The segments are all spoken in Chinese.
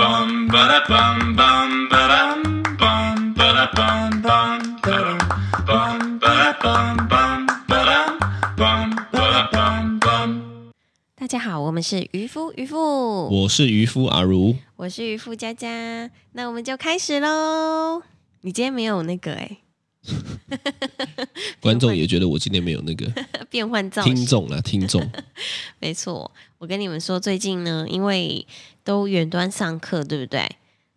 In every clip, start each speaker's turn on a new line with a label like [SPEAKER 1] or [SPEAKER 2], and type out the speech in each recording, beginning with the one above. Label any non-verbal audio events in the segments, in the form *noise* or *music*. [SPEAKER 1] bum ba da bum bum ba dum bum ba da bum bum ba dum bum ba da bum bum ba dum bum ba da bum bum.
[SPEAKER 2] 大家好，我们是渔夫渔夫，
[SPEAKER 3] 我是渔夫阿如，
[SPEAKER 2] 我是渔夫佳佳，那我们就开始喽。你今天没有那个哎、 *laughs*
[SPEAKER 3] 观众也觉得我今天没有
[SPEAKER 2] *laughs*
[SPEAKER 3] 那个
[SPEAKER 2] 变换造型，
[SPEAKER 3] 听众啦，听众，
[SPEAKER 2] *laughs* 没错，我跟你们说，最近呢，因为都远端上课，对不对？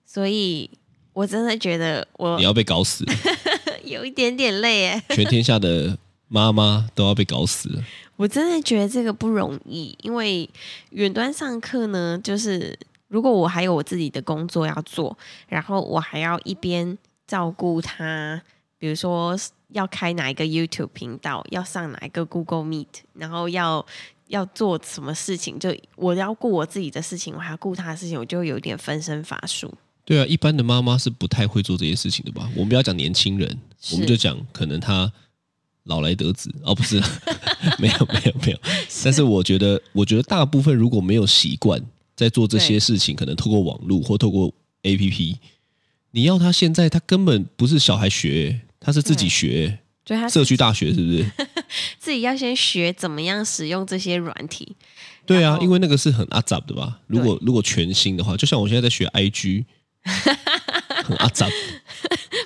[SPEAKER 2] 所以我真的觉得我
[SPEAKER 3] 你要被搞死，
[SPEAKER 2] *laughs* 有一点点累哎，
[SPEAKER 3] 全天下的妈妈都要被搞死了。
[SPEAKER 2] 我真的觉得这个不容易，因为远端上课呢，就是如果我还有我自己的工作要做，然后我还要一边照顾他，比如说要开哪一个 YouTube 频道，要上哪一个 Google Meet，然后要要做什么事情，就我要顾我自己的事情，我还要顾他的事情，我就有点分身乏术。
[SPEAKER 3] 对啊，一般的妈妈是不太会做这些事情的吧？我们不要讲年轻人，
[SPEAKER 2] 是
[SPEAKER 3] 我们就讲可能她老来得子哦，不是， *laughs* 没有没有
[SPEAKER 2] *laughs*
[SPEAKER 3] 没有。但是我觉得，我觉得大部分如果没有习惯在做这些事情，可能透过网络或透过 APP，你要她现在她根本不是小孩学，她是自己
[SPEAKER 2] 对
[SPEAKER 3] 学，
[SPEAKER 2] 所以他
[SPEAKER 3] 社区大学是不是？
[SPEAKER 2] 自己要先学怎么样使用这些软体，
[SPEAKER 3] 对
[SPEAKER 2] 然
[SPEAKER 3] 啊
[SPEAKER 2] 后，
[SPEAKER 3] 因为那个是很阿杂的吧？如果如果全新的话，就像我现在在学
[SPEAKER 2] *laughs*
[SPEAKER 3] IG，很阿杂。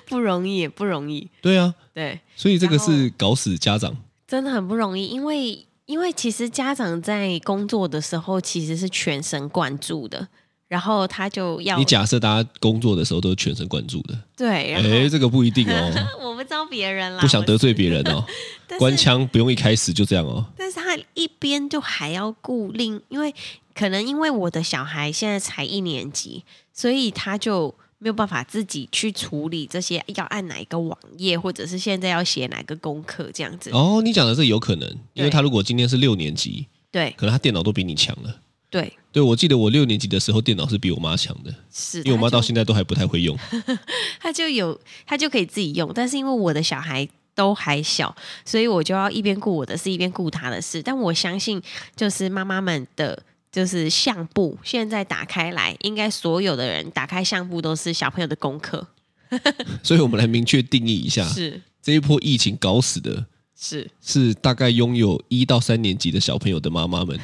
[SPEAKER 2] 不容易，也不容易。
[SPEAKER 3] 对啊，
[SPEAKER 2] 对，
[SPEAKER 3] 所以这个
[SPEAKER 2] 然
[SPEAKER 3] 是搞死家长。
[SPEAKER 2] 真的很不容易，因为因为其实家长在工作的时候其实是全神贯注的，然后他就要
[SPEAKER 3] 你假设大家工作的时候都是全神贯注的，
[SPEAKER 2] 对，然后、
[SPEAKER 3] 哎，这个不一定
[SPEAKER 2] *laughs*
[SPEAKER 3] 哦，
[SPEAKER 2] 我不知道别人啦，
[SPEAKER 3] 不想
[SPEAKER 2] 我
[SPEAKER 3] 得罪别人哦。
[SPEAKER 2] *laughs* 但
[SPEAKER 3] 官
[SPEAKER 2] 是
[SPEAKER 3] 腔不用一开始就这样哦。
[SPEAKER 2] 但是他一边就还要顾另，因为可能因为我的小孩现在才一年级，所以他就没有办法自己去处理这些要按哪一个网页，或者是现在要写哪个功课这样子。
[SPEAKER 3] 哦，你讲的这个有可能，因
[SPEAKER 2] 对
[SPEAKER 3] 为他如果今天是六年级，
[SPEAKER 2] 对
[SPEAKER 3] 可能他电脑都比你强了。
[SPEAKER 2] 对，
[SPEAKER 3] 对，我记得我六年级的时候，电脑是比我妈强的，
[SPEAKER 2] 是
[SPEAKER 3] 因为我妈
[SPEAKER 2] 他就
[SPEAKER 3] 到现在都还不太会
[SPEAKER 2] *laughs*
[SPEAKER 3] 用。
[SPEAKER 2] 他就有他就可以自己用，但是因为我的小孩都还小，所以我就要一边顾我的事，一边顾他的事。但我相信，就是妈妈们的。就是相簿，现在打开来，应该所有的人打开相簿都是小朋友的功课。
[SPEAKER 3] 所以我们来明确定义一下，
[SPEAKER 2] 是
[SPEAKER 3] 这一波疫情搞死的
[SPEAKER 2] 是，
[SPEAKER 3] 是大概拥有一到三年级的小朋友的妈妈们，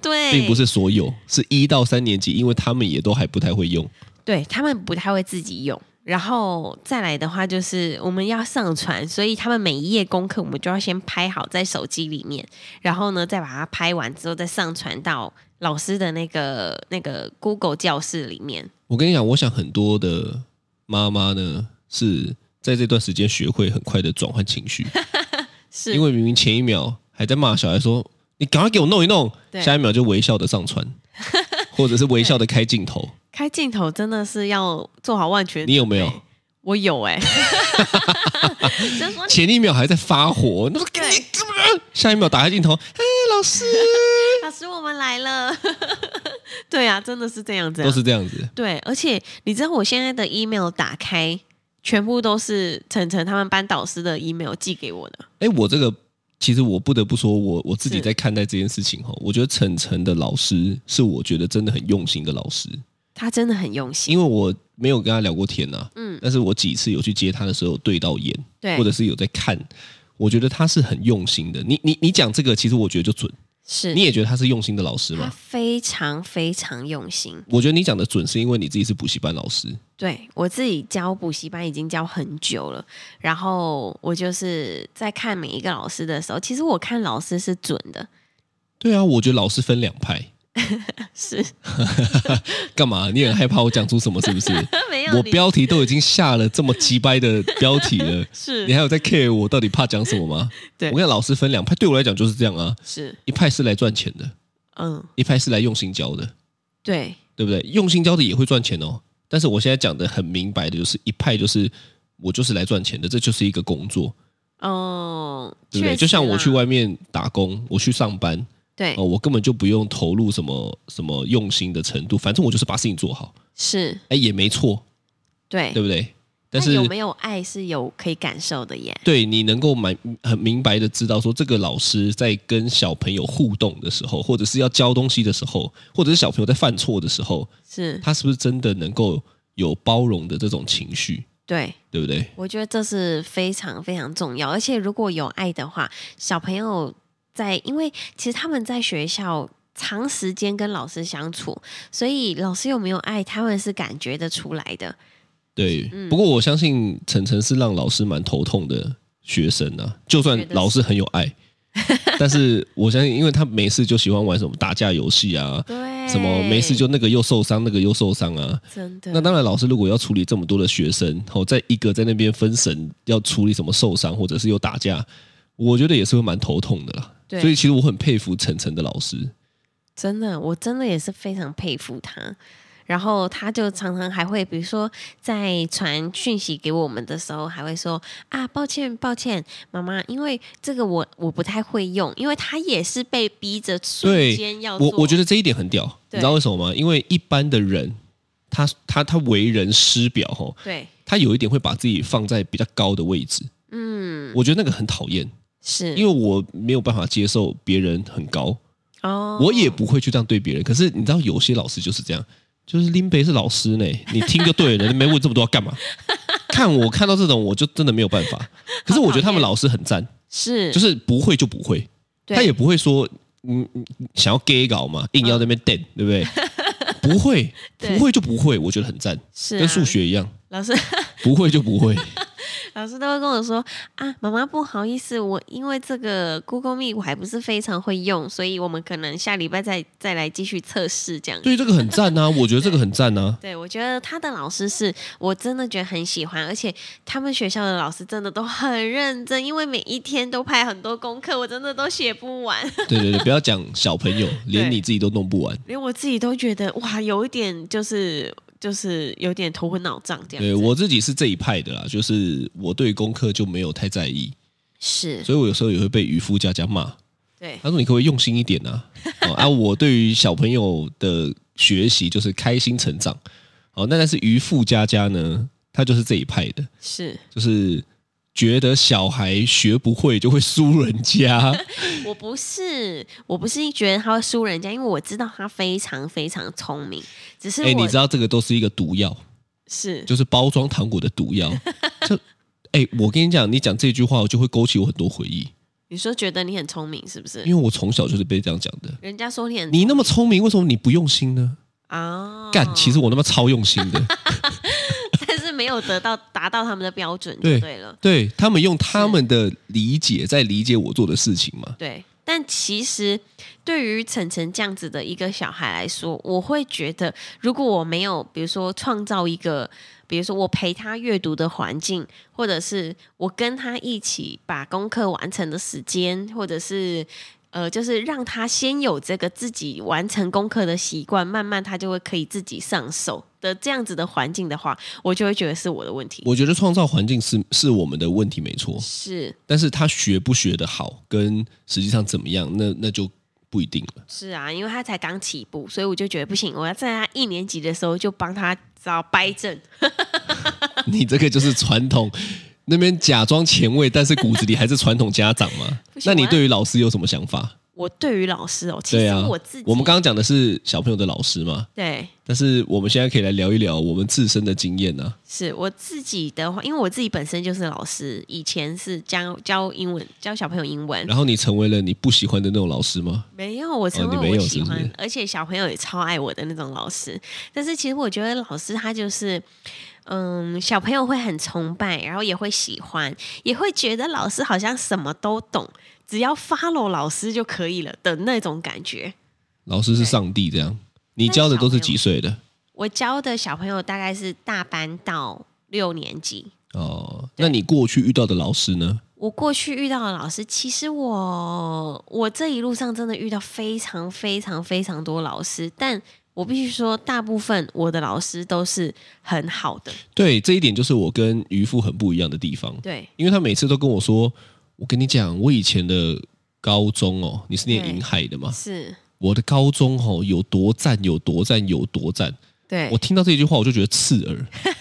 [SPEAKER 2] 对，
[SPEAKER 3] 并不是所有，是一到三年级，因为他们也都还不太会用。
[SPEAKER 2] 对他们不太会自己用。然后再来的话，就是我们要上传，所以他们每一页功课，我们就要先拍好在手机里面，然后呢，再把它拍完之后，再上传到老师的那个那个 Google 教室里面。
[SPEAKER 3] 我跟你讲，我想很多的妈妈呢，是在这段时间学会很快的转换情绪，
[SPEAKER 2] *laughs* 是
[SPEAKER 3] 因为明明前一秒还在骂小孩说“你赶快给我弄一弄”，
[SPEAKER 2] 对
[SPEAKER 3] 下一秒就微笑的
[SPEAKER 2] *laughs*
[SPEAKER 3] 上传，或者是微笑的开镜头。
[SPEAKER 2] 开镜头真的是要做好万全准备。
[SPEAKER 3] 你有没有？
[SPEAKER 2] 我有哎、 *laughs* 就是说
[SPEAKER 3] *laughs* 前一秒还在发火，那
[SPEAKER 2] 对
[SPEAKER 3] *laughs* 下一秒打开镜头，哎，老师
[SPEAKER 2] 老师我们来了， *laughs* 对啊，真的是这样子啊、
[SPEAKER 3] 都是这样子。
[SPEAKER 2] 对，而且你知道我现在的 email 打开，全部都是晨晨他们班导师的 email 寄给我的。
[SPEAKER 3] 哎，我这个其实我不得不说，我我自己
[SPEAKER 2] 是
[SPEAKER 3] 在看待这件事情哈，我觉得晨晨的老师是我觉得真的很用心的老师，
[SPEAKER 2] 他真的很用心，
[SPEAKER 3] 因为我没有跟他聊过天呐、啊
[SPEAKER 2] 嗯，
[SPEAKER 3] 但是我几次有去接他的时候有对到眼，
[SPEAKER 2] 对，
[SPEAKER 3] 或者是有在看，我觉得他是很用心的。你你你讲这个，其实我觉得就准，
[SPEAKER 2] 是
[SPEAKER 3] 你也觉得他是用心的老师
[SPEAKER 2] 他
[SPEAKER 3] 吗？
[SPEAKER 2] 非常非常用心。
[SPEAKER 3] 我觉得你讲的准，是因为你自己是补习班老师，
[SPEAKER 2] 对我自己教补习班已经教很久了，然后我就是在看每一个老师的时候，其实我看老师是准的， *laughs*
[SPEAKER 3] 对啊，我觉得老师分两派，
[SPEAKER 2] 是
[SPEAKER 3] 干嘛？你很害怕我讲出什么是不是？
[SPEAKER 2] *laughs* 没有
[SPEAKER 3] 我
[SPEAKER 2] 你
[SPEAKER 3] 标题都已经下了这么鸡掰的标题
[SPEAKER 2] *laughs*
[SPEAKER 3] 了，你
[SPEAKER 2] 是
[SPEAKER 3] 还有在 care 我到底怕讲什么吗？
[SPEAKER 2] 对
[SPEAKER 3] 我跟你讲老师分两派，对我来讲就是这样啊，
[SPEAKER 2] 是
[SPEAKER 3] 一派是来赚钱的，
[SPEAKER 2] 嗯，
[SPEAKER 3] 一派是来用心教的，
[SPEAKER 2] 对
[SPEAKER 3] 对不对？用心教的也会赚钱哦，但是我现在讲的很明白的就是，一派就是我就是来赚钱的，这就是一个工作，
[SPEAKER 2] 哦，
[SPEAKER 3] 对不对？
[SPEAKER 2] 确
[SPEAKER 3] 就像
[SPEAKER 2] 实
[SPEAKER 3] 我
[SPEAKER 2] 啦
[SPEAKER 3] 去外面打工，我去上班，
[SPEAKER 2] 对、
[SPEAKER 3] 哦，我根本就不用投入什么什么用心的程度，反正我就是把事情做好，
[SPEAKER 2] 是
[SPEAKER 3] 哎，也没错，
[SPEAKER 2] 对
[SPEAKER 3] 对不对？但是
[SPEAKER 2] 有没有爱是有可以感受的耶。
[SPEAKER 3] 对你能够蛮很明白的知道说，这个老师在跟小朋友互动的时候，或者是要教东西的时候，或者是小朋友在犯错的时候，
[SPEAKER 2] 是
[SPEAKER 3] 他是不是真的能够有包容的这种情绪，
[SPEAKER 2] 对，
[SPEAKER 3] 对不对？
[SPEAKER 2] 我觉得这是非常非常重要，而且如果有爱的话，小朋友在，因为其实他们在学校。长时间跟老师相处，所以老师有没有爱，他们是感觉得出来的。
[SPEAKER 3] 对，不过我相信晨晨是让老师蛮头痛的学生啊。就算老师很有爱，但是我相信，因为他没事就喜欢玩什么打架游戏啊，
[SPEAKER 2] 对，
[SPEAKER 3] 什么没事就那个又受伤，那个又受伤啊。
[SPEAKER 2] 真的。
[SPEAKER 3] 那当然，老师如果要处理这么多的学生，好、在一个在那边分神，要处理什么受伤或者是又打架，我觉得也是会蛮头痛的啦。
[SPEAKER 2] 对
[SPEAKER 3] 所以其实我很佩服晨晨的老师，
[SPEAKER 2] 真的，我真的也是非常佩服他。然后他就常常还会，比如说在传讯息给我们的时候，还会说啊，抱歉，抱歉，妈妈，因为这个我我不太会用，因为他也是被逼着瞬间要
[SPEAKER 3] 我
[SPEAKER 2] 做
[SPEAKER 3] 我觉得这一点很屌，你
[SPEAKER 2] 对
[SPEAKER 3] 知道为什么吗？因为一般的人，他他他为人师表吼，
[SPEAKER 2] 对，
[SPEAKER 3] 他有一点会把自己放在比较高的位置，
[SPEAKER 2] 嗯，
[SPEAKER 3] 我觉得那个很讨厌，
[SPEAKER 2] 是
[SPEAKER 3] 因为我没有办法接受别人很高，
[SPEAKER 2] 哦，
[SPEAKER 3] 我也不会去这样对别人。可是你知道，有些老师就是这样，就是林北是老师呢，你听就对了，你没问这么多要
[SPEAKER 2] *laughs*
[SPEAKER 3] 干嘛？看我看到这种，我就真的没有办法。可是我觉得他们老师很赞，
[SPEAKER 2] 是
[SPEAKER 3] 就是不会就不会，
[SPEAKER 2] 对嗯
[SPEAKER 3] 他也不会说嗯嗯想要 gay 搞嘛，硬要在那边瞪，对不对？不会，
[SPEAKER 2] *laughs* 对
[SPEAKER 3] 不会就不会，我觉得很赞，
[SPEAKER 2] 是、啊、
[SPEAKER 3] 跟数学一样，
[SPEAKER 2] 老师
[SPEAKER 3] 不会就不会。
[SPEAKER 2] 老师都会跟我说啊，妈妈不好意思，我因为这个 Google Meet 我还不是非常会用，所以我们可能下礼拜再再来继续测试这样
[SPEAKER 3] 对，这个很赞啊，我觉得这个很赞啊。
[SPEAKER 2] 对，我觉得他的老师是我真的觉得很喜欢，而且他们学校的老师真的都很认真，因为每一天都派很多功课，我真的都写不完， *laughs*
[SPEAKER 3] 对对对，不要讲小朋友，连你自己都弄不完。
[SPEAKER 2] 连我自己都觉得哇，有一点就是就是有点头昏脑胀这样
[SPEAKER 3] 对
[SPEAKER 2] 子。
[SPEAKER 3] 我自己是这一派的啦，就是我对功课就没有太在意，
[SPEAKER 2] 是，
[SPEAKER 3] 所以我有时候也会被渔夫家家骂。
[SPEAKER 2] 对，
[SPEAKER 3] 他说：“你可不可以用心一点啊？”哦啊，我对于小朋友的学习就是开心成长。哦，那但是渔夫家家呢，他就是这一派的，
[SPEAKER 2] 是
[SPEAKER 3] 就是觉得小孩学不会就会输人
[SPEAKER 2] *laughs*
[SPEAKER 3] 家。
[SPEAKER 2] 我不是我不是觉得他会输人家，因为我知道他非常非常聪明，只是
[SPEAKER 3] 哎，
[SPEAKER 2] 我
[SPEAKER 3] 你知道这个都是一个毒药。
[SPEAKER 2] 是
[SPEAKER 3] 就是包装糖果的毒
[SPEAKER 2] *laughs*
[SPEAKER 3] 药。就哎、我跟你讲，你讲这句话，我就会勾起我很多回忆，
[SPEAKER 2] 你说觉得你很聪明是不是
[SPEAKER 3] 因？为我从小就是被这样讲的。
[SPEAKER 2] 人家说你很
[SPEAKER 3] 你那么聪明，为什么你不用心呢？
[SPEAKER 2] 啊，
[SPEAKER 3] 干，其实我他妈超用心的。
[SPEAKER 2] *laughs* 但是没有得到达到他们的标准就
[SPEAKER 3] 对
[SPEAKER 2] 对了。
[SPEAKER 3] 对他们用他们的理解在理解我做的事情嘛。
[SPEAKER 2] 对，但其实对于晨晨这样子的一个小孩来说，我会觉得，如果我没有，比如说创造一个，比如说我陪他阅读的环境，或者是我跟他一起把功课完成的时间，或者是。呃，就是让他先有这个自己完成功课的习惯，慢慢他就会可以自己上手的这样子的环境的话，我就会觉得是我的问题。
[SPEAKER 3] 我觉得创造环境是是我们的问题没错，
[SPEAKER 2] 是
[SPEAKER 3] 但是他学不学得好，跟实际上怎么样，那那就不一定了。 *laughs*
[SPEAKER 2] 是啊，因为他才刚起步，所以我就觉得不行，我要在他一年级的时候就帮他找掰正。
[SPEAKER 3] 你这个就是传统。那边假装前卫，但是骨子里还是传统家长嘛
[SPEAKER 2] *laughs* 不？行
[SPEAKER 3] 那你
[SPEAKER 2] 我要
[SPEAKER 3] 对于老师有什么想法？
[SPEAKER 2] 我对于老师哦，其实
[SPEAKER 3] 对啊，
[SPEAKER 2] 我自己，
[SPEAKER 3] 们刚刚讲的是小朋友的老师嘛，
[SPEAKER 2] 对
[SPEAKER 3] 但是我们现在可以来聊一聊我们自身的经验啊。
[SPEAKER 2] 是我自己的话，因为我自己本身就是老师，以前是教教英文，教小朋友英文。
[SPEAKER 3] 然后你成为了你不喜欢的那种老师吗？
[SPEAKER 2] 没有，我成
[SPEAKER 3] 哦你
[SPEAKER 2] 为
[SPEAKER 3] 没
[SPEAKER 2] 我
[SPEAKER 3] 有
[SPEAKER 2] 喜
[SPEAKER 3] 是不
[SPEAKER 2] 欢，
[SPEAKER 3] 是
[SPEAKER 2] 而且小朋友也超爱我的那种老师。但是其实我觉得老师他就是，嗯，小朋友会很崇拜，然后也会喜欢，也会觉得老师好像什么都懂，只要 follow 老师就可以了的那种感觉。
[SPEAKER 3] 老师是上帝这样，你教的都是几岁的？
[SPEAKER 2] 我教的小朋友大概是大班到六年级。
[SPEAKER 3] 哦，那你过去遇到的老师呢？
[SPEAKER 2] 我过去遇到的老师，其实我我这一路上真的遇到非常非常非常多老师，但我必须说，大部分我的老师都是很好的。
[SPEAKER 3] 对，这一点就是我跟渔夫很不一样的地方，
[SPEAKER 2] 对，
[SPEAKER 3] 因为他每次都跟我说：“我跟你讲，我以前的高中哦，你是念
[SPEAKER 2] 对
[SPEAKER 3] 银海的嘛？
[SPEAKER 2] 是，
[SPEAKER 3] 我的高中哦有多赞，有多赞，有多赞。”
[SPEAKER 2] 对 *laughs*
[SPEAKER 3] 我，听到这句话，我就觉得刺耳。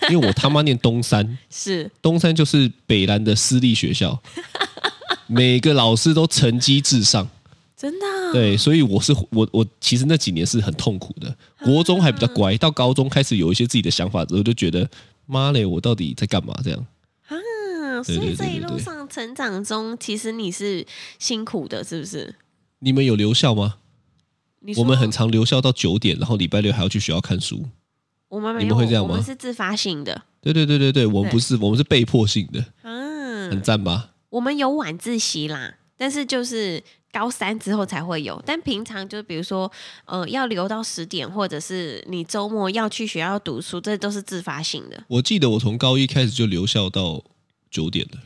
[SPEAKER 3] 因为我他妈念东山，
[SPEAKER 2] 是
[SPEAKER 3] 东山就是北兰的私立
[SPEAKER 2] *laughs*
[SPEAKER 3] 学校，每个老师都成绩至上。
[SPEAKER 2] 真的啊、
[SPEAKER 3] *laughs* 对，所以我是我我其实那几年是很痛苦的，
[SPEAKER 2] 啊
[SPEAKER 3] 国中还比较乖，到高中开始有一些自己的想法之后，就觉得妈嘞，我到底在干嘛？这样
[SPEAKER 2] 啊，所
[SPEAKER 3] 对
[SPEAKER 2] 以
[SPEAKER 3] 对对
[SPEAKER 2] 这一路
[SPEAKER 3] 对对
[SPEAKER 2] 上成长中，其实你是辛苦的，是不是？
[SPEAKER 3] 你们有留校吗？
[SPEAKER 2] 你说
[SPEAKER 3] 我们很常留校到九点，然后礼拜六还要去学校看书。
[SPEAKER 2] 我们没有，
[SPEAKER 3] 你们会这样
[SPEAKER 2] 我
[SPEAKER 3] 吗
[SPEAKER 2] 们是自发性的
[SPEAKER 3] 对对对对对，我们不是我们是被迫性的，
[SPEAKER 2] 啊。
[SPEAKER 3] 很赞吧？
[SPEAKER 2] 我们有晚自习啦，但是就是高三之后才会有。但平常就比如说，呃，要留到十点，或者是你周末要去学校读书，这都是自发性的，
[SPEAKER 3] 我记得我从高一开始就留校到九点了，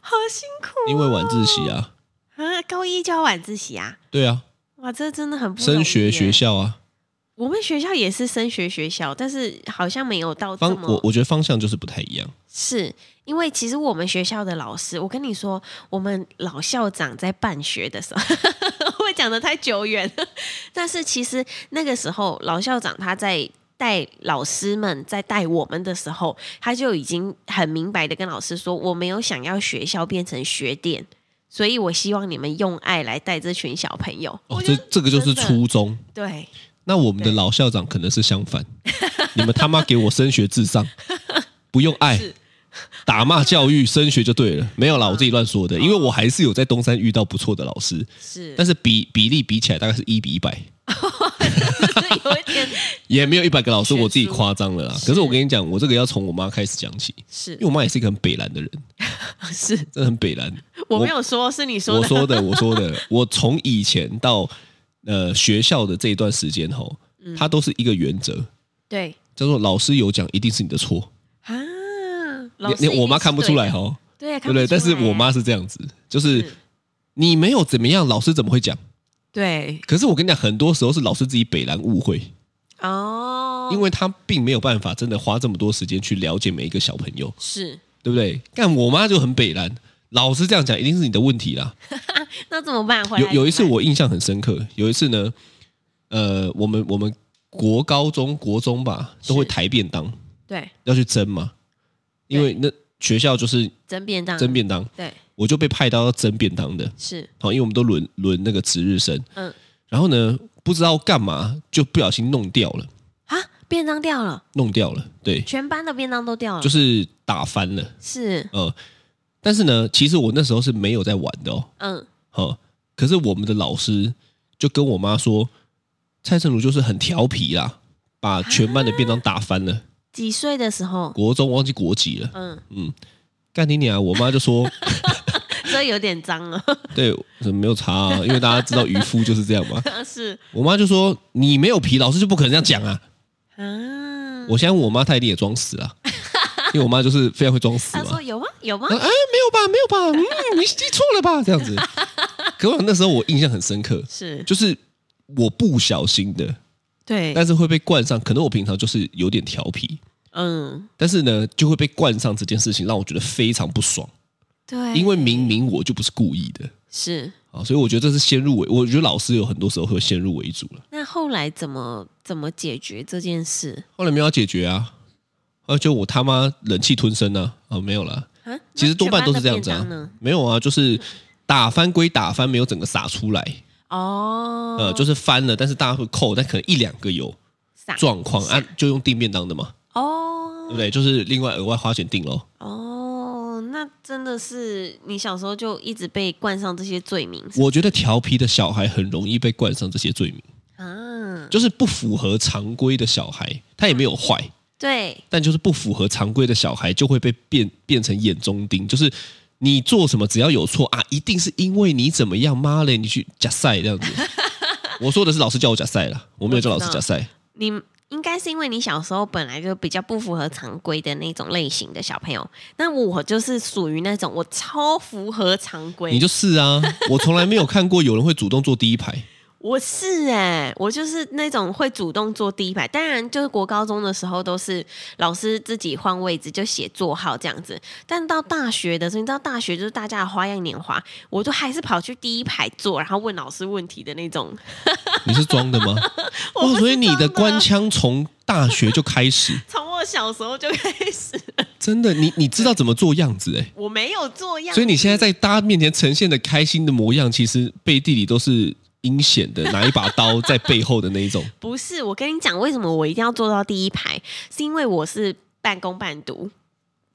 [SPEAKER 2] 好辛苦、
[SPEAKER 3] 因为晚自习啊，
[SPEAKER 2] 啊！高一就要晚自习啊！
[SPEAKER 3] 对啊，
[SPEAKER 2] 哇，这真的很不容易
[SPEAKER 3] 升学
[SPEAKER 2] 耶
[SPEAKER 3] 学。校啊，
[SPEAKER 2] 我们学校也是升学学校，但是好像没有到这
[SPEAKER 3] 方
[SPEAKER 2] 么
[SPEAKER 3] 我我觉得方向就是不太一样。
[SPEAKER 2] 是因为其实我们学校的老师，我跟你说，我们老校长在办学的时候， *laughs* 会讲的太久远了。但是其实那个时候，老校长他在带老师们在带我们的时候，他就已经很明白的跟老师说，我没有想要学校变成学店，所以我希望你们用爱来带这群小朋友。
[SPEAKER 3] 哦
[SPEAKER 2] 我，
[SPEAKER 3] 这
[SPEAKER 2] 觉得
[SPEAKER 3] 这个就是
[SPEAKER 2] 真的
[SPEAKER 3] 初衷。
[SPEAKER 2] 对，
[SPEAKER 3] 那我们的
[SPEAKER 2] 对
[SPEAKER 3] 老校长可能是相反， *laughs* 你们他妈给我升学至上，不用爱
[SPEAKER 2] 是，嗯
[SPEAKER 3] 打骂教育升学就对了。没有啦，我自己乱说的，因为我还是有在东山遇到不错的老师，
[SPEAKER 2] 是， *laughs*
[SPEAKER 3] 但是比比例比起来大概是一比一百，
[SPEAKER 2] 是有一点
[SPEAKER 3] 也没有一百个老师
[SPEAKER 2] 悬殊
[SPEAKER 3] 我自己夸张了啦。可是我跟你讲，我这个要从我妈开始讲起，
[SPEAKER 2] 是
[SPEAKER 3] *laughs* 因为我妈也是一个很北蓝
[SPEAKER 2] *laughs*
[SPEAKER 3] 的人，
[SPEAKER 2] 是，
[SPEAKER 3] 真的很北蓝。
[SPEAKER 2] 我没有说，是你说
[SPEAKER 3] 我
[SPEAKER 2] 的，
[SPEAKER 3] 说的，我说的， *laughs* 我从以前到呃学校的这一段时间吼，
[SPEAKER 2] 嗯
[SPEAKER 3] 它都是一个原则，
[SPEAKER 2] 对
[SPEAKER 3] 叫做老师有讲一定是你的错。
[SPEAKER 2] 啊。老师
[SPEAKER 3] 你你我妈
[SPEAKER 2] 一定是
[SPEAKER 3] 看不
[SPEAKER 2] 对
[SPEAKER 3] 出
[SPEAKER 2] 的
[SPEAKER 3] 来哦，
[SPEAKER 2] 对，啊看
[SPEAKER 3] 对不对？
[SPEAKER 2] 出
[SPEAKER 3] 但是我
[SPEAKER 2] 来
[SPEAKER 3] 妈是这样子，就是
[SPEAKER 2] 是
[SPEAKER 3] 你没有怎么样，老师怎么会讲？
[SPEAKER 2] 对
[SPEAKER 3] 可是我跟你讲，很多时候是老师自己北兰误会，
[SPEAKER 2] 哦，
[SPEAKER 3] 因
[SPEAKER 2] 为
[SPEAKER 3] 为他并没有办法真的花这么多时间去了解每一个小朋友，
[SPEAKER 2] 是
[SPEAKER 3] 对不对？但我妈就很北兰，老师这样讲一定是你的问题啦。
[SPEAKER 2] 那怎么办？回来
[SPEAKER 3] 有有一次
[SPEAKER 2] 怎么
[SPEAKER 3] 我印象很深刻，有一次呢，呃，我们我们国高中国中吧都会
[SPEAKER 2] 是
[SPEAKER 3] 抬便当
[SPEAKER 2] 办对
[SPEAKER 3] 要去蒸嘛，因为那学校就是
[SPEAKER 2] 蒸便当
[SPEAKER 3] 蒸便当，
[SPEAKER 2] 对
[SPEAKER 3] 我就被派到要蒸便当的。
[SPEAKER 2] 是
[SPEAKER 3] 哦好，因为我们都轮轮那个值日生，
[SPEAKER 2] 嗯
[SPEAKER 3] 然后呢，不知道干嘛就不小心弄掉了，
[SPEAKER 2] 啊，便当掉了，
[SPEAKER 3] 弄掉了，对，
[SPEAKER 2] 全班的便当都掉了，
[SPEAKER 3] 就是是打翻了，
[SPEAKER 2] 是
[SPEAKER 3] 呃，但是呢，其实我那时候是没有在玩的哦，
[SPEAKER 2] 嗯
[SPEAKER 3] 呃，可是我们的老师就跟我妈说，蔡成儒就是很调皮啦，把全班的便当打翻了，
[SPEAKER 2] 几岁的时候
[SPEAKER 3] 国中忘记国籍了，
[SPEAKER 2] 嗯，
[SPEAKER 3] 干你娘！我妈就说， *laughs*
[SPEAKER 2] 这有点脏哦了，
[SPEAKER 3] 对，没有查、啊，因为大家知道渔夫就是这样嘛，
[SPEAKER 2] *laughs* 是
[SPEAKER 3] 我妈就说你没有皮，老师就不可能这样讲啊。
[SPEAKER 2] 啊，
[SPEAKER 3] 我相信我妈她一定也装死
[SPEAKER 2] *laughs*
[SPEAKER 3] 啊，因为我妈就是非常会装死
[SPEAKER 2] 他
[SPEAKER 3] 嘛
[SPEAKER 2] 说。啊有吗？有吗
[SPEAKER 3] 哎，？没有吧，没有吧，嗯，你记错了吧，这
[SPEAKER 2] *laughs*
[SPEAKER 3] 样子。可我那时候我印象很深刻，
[SPEAKER 2] 是
[SPEAKER 3] 就是我不小心的，
[SPEAKER 2] 对，
[SPEAKER 3] 但是会被冠上，可能我平常就是有点调皮，
[SPEAKER 2] 嗯
[SPEAKER 3] 但是呢就会被冠上这件事情，让我觉得非常不爽，
[SPEAKER 2] 对，
[SPEAKER 3] 因为明明我就不是故意的
[SPEAKER 2] 是
[SPEAKER 3] 啊，所以我觉得这是先入为，我觉得老师有很多时候会先入为主了。
[SPEAKER 2] 那后来怎么怎么解决这件事
[SPEAKER 3] 后来没有要解决啊，后来就我他妈忍气吞声呢、啊，啊没有啦。
[SPEAKER 2] 啊？那
[SPEAKER 3] 其实多半
[SPEAKER 2] 全
[SPEAKER 3] 都
[SPEAKER 2] 的
[SPEAKER 3] 是这样子
[SPEAKER 2] 便
[SPEAKER 3] 啊
[SPEAKER 2] 当呢，
[SPEAKER 3] 没有啊，就是打翻归打翻，没有整个撒出来，
[SPEAKER 2] 哦，
[SPEAKER 3] 呃，就是翻了，但是大家会扣，但可能一两个有
[SPEAKER 2] 撒
[SPEAKER 3] 状况啊，就用订便当的嘛，
[SPEAKER 2] 哦，
[SPEAKER 3] 对不对？就是另外额外花钱订喽。
[SPEAKER 2] 哦，那真的是你小时候就一直被冠上这些罪名是
[SPEAKER 3] 我觉得调皮的小孩很容易被冠上这些罪名，
[SPEAKER 2] 啊？
[SPEAKER 3] 就是不符合常规的小孩，他也没有坏，
[SPEAKER 2] 对，
[SPEAKER 3] 但就是不符合常规的小孩就会被变变成眼中钉，就是。你做什么只要有错啊，一定是因为你怎么样，妈嘞，你去假赛这样子。 *laughs* 我说的是老师叫我假赛了，我没有叫老师假赛。
[SPEAKER 2] 你应该是因为你小时候本来就比较不符合常规的那种类型的小朋友，那我就是属于那种我超符合常规，
[SPEAKER 3] 你就是
[SPEAKER 2] *laughs*
[SPEAKER 3] 啊，我从来没有看过有人会主动坐第一排。
[SPEAKER 2] 我是哎、我就是那种会主动坐第一排。当然，就是国高中的时候都是老师自己换位置就写座号这样子，但到大学的时候，你知道大学就是大家的花样年华，我都还是跑去第一排坐，然后问老师问题的那种。
[SPEAKER 3] 你是装的吗？
[SPEAKER 2] *laughs* 我不是
[SPEAKER 3] 所以你
[SPEAKER 2] 装的啊，
[SPEAKER 3] 的官腔从大学就开始
[SPEAKER 2] 从我小时候就开始，
[SPEAKER 3] 真的，你你知道怎么做样子哎、
[SPEAKER 2] 我没有做样子，
[SPEAKER 3] 所以你现在在大家面前呈现的开心的模样，其实背地里都是阴险的，拿一把刀在背后的
[SPEAKER 2] *laughs*
[SPEAKER 3] 那一种。
[SPEAKER 2] 不是我跟你讲，为什么我一定要坐到第一排，是因为我是半工半读。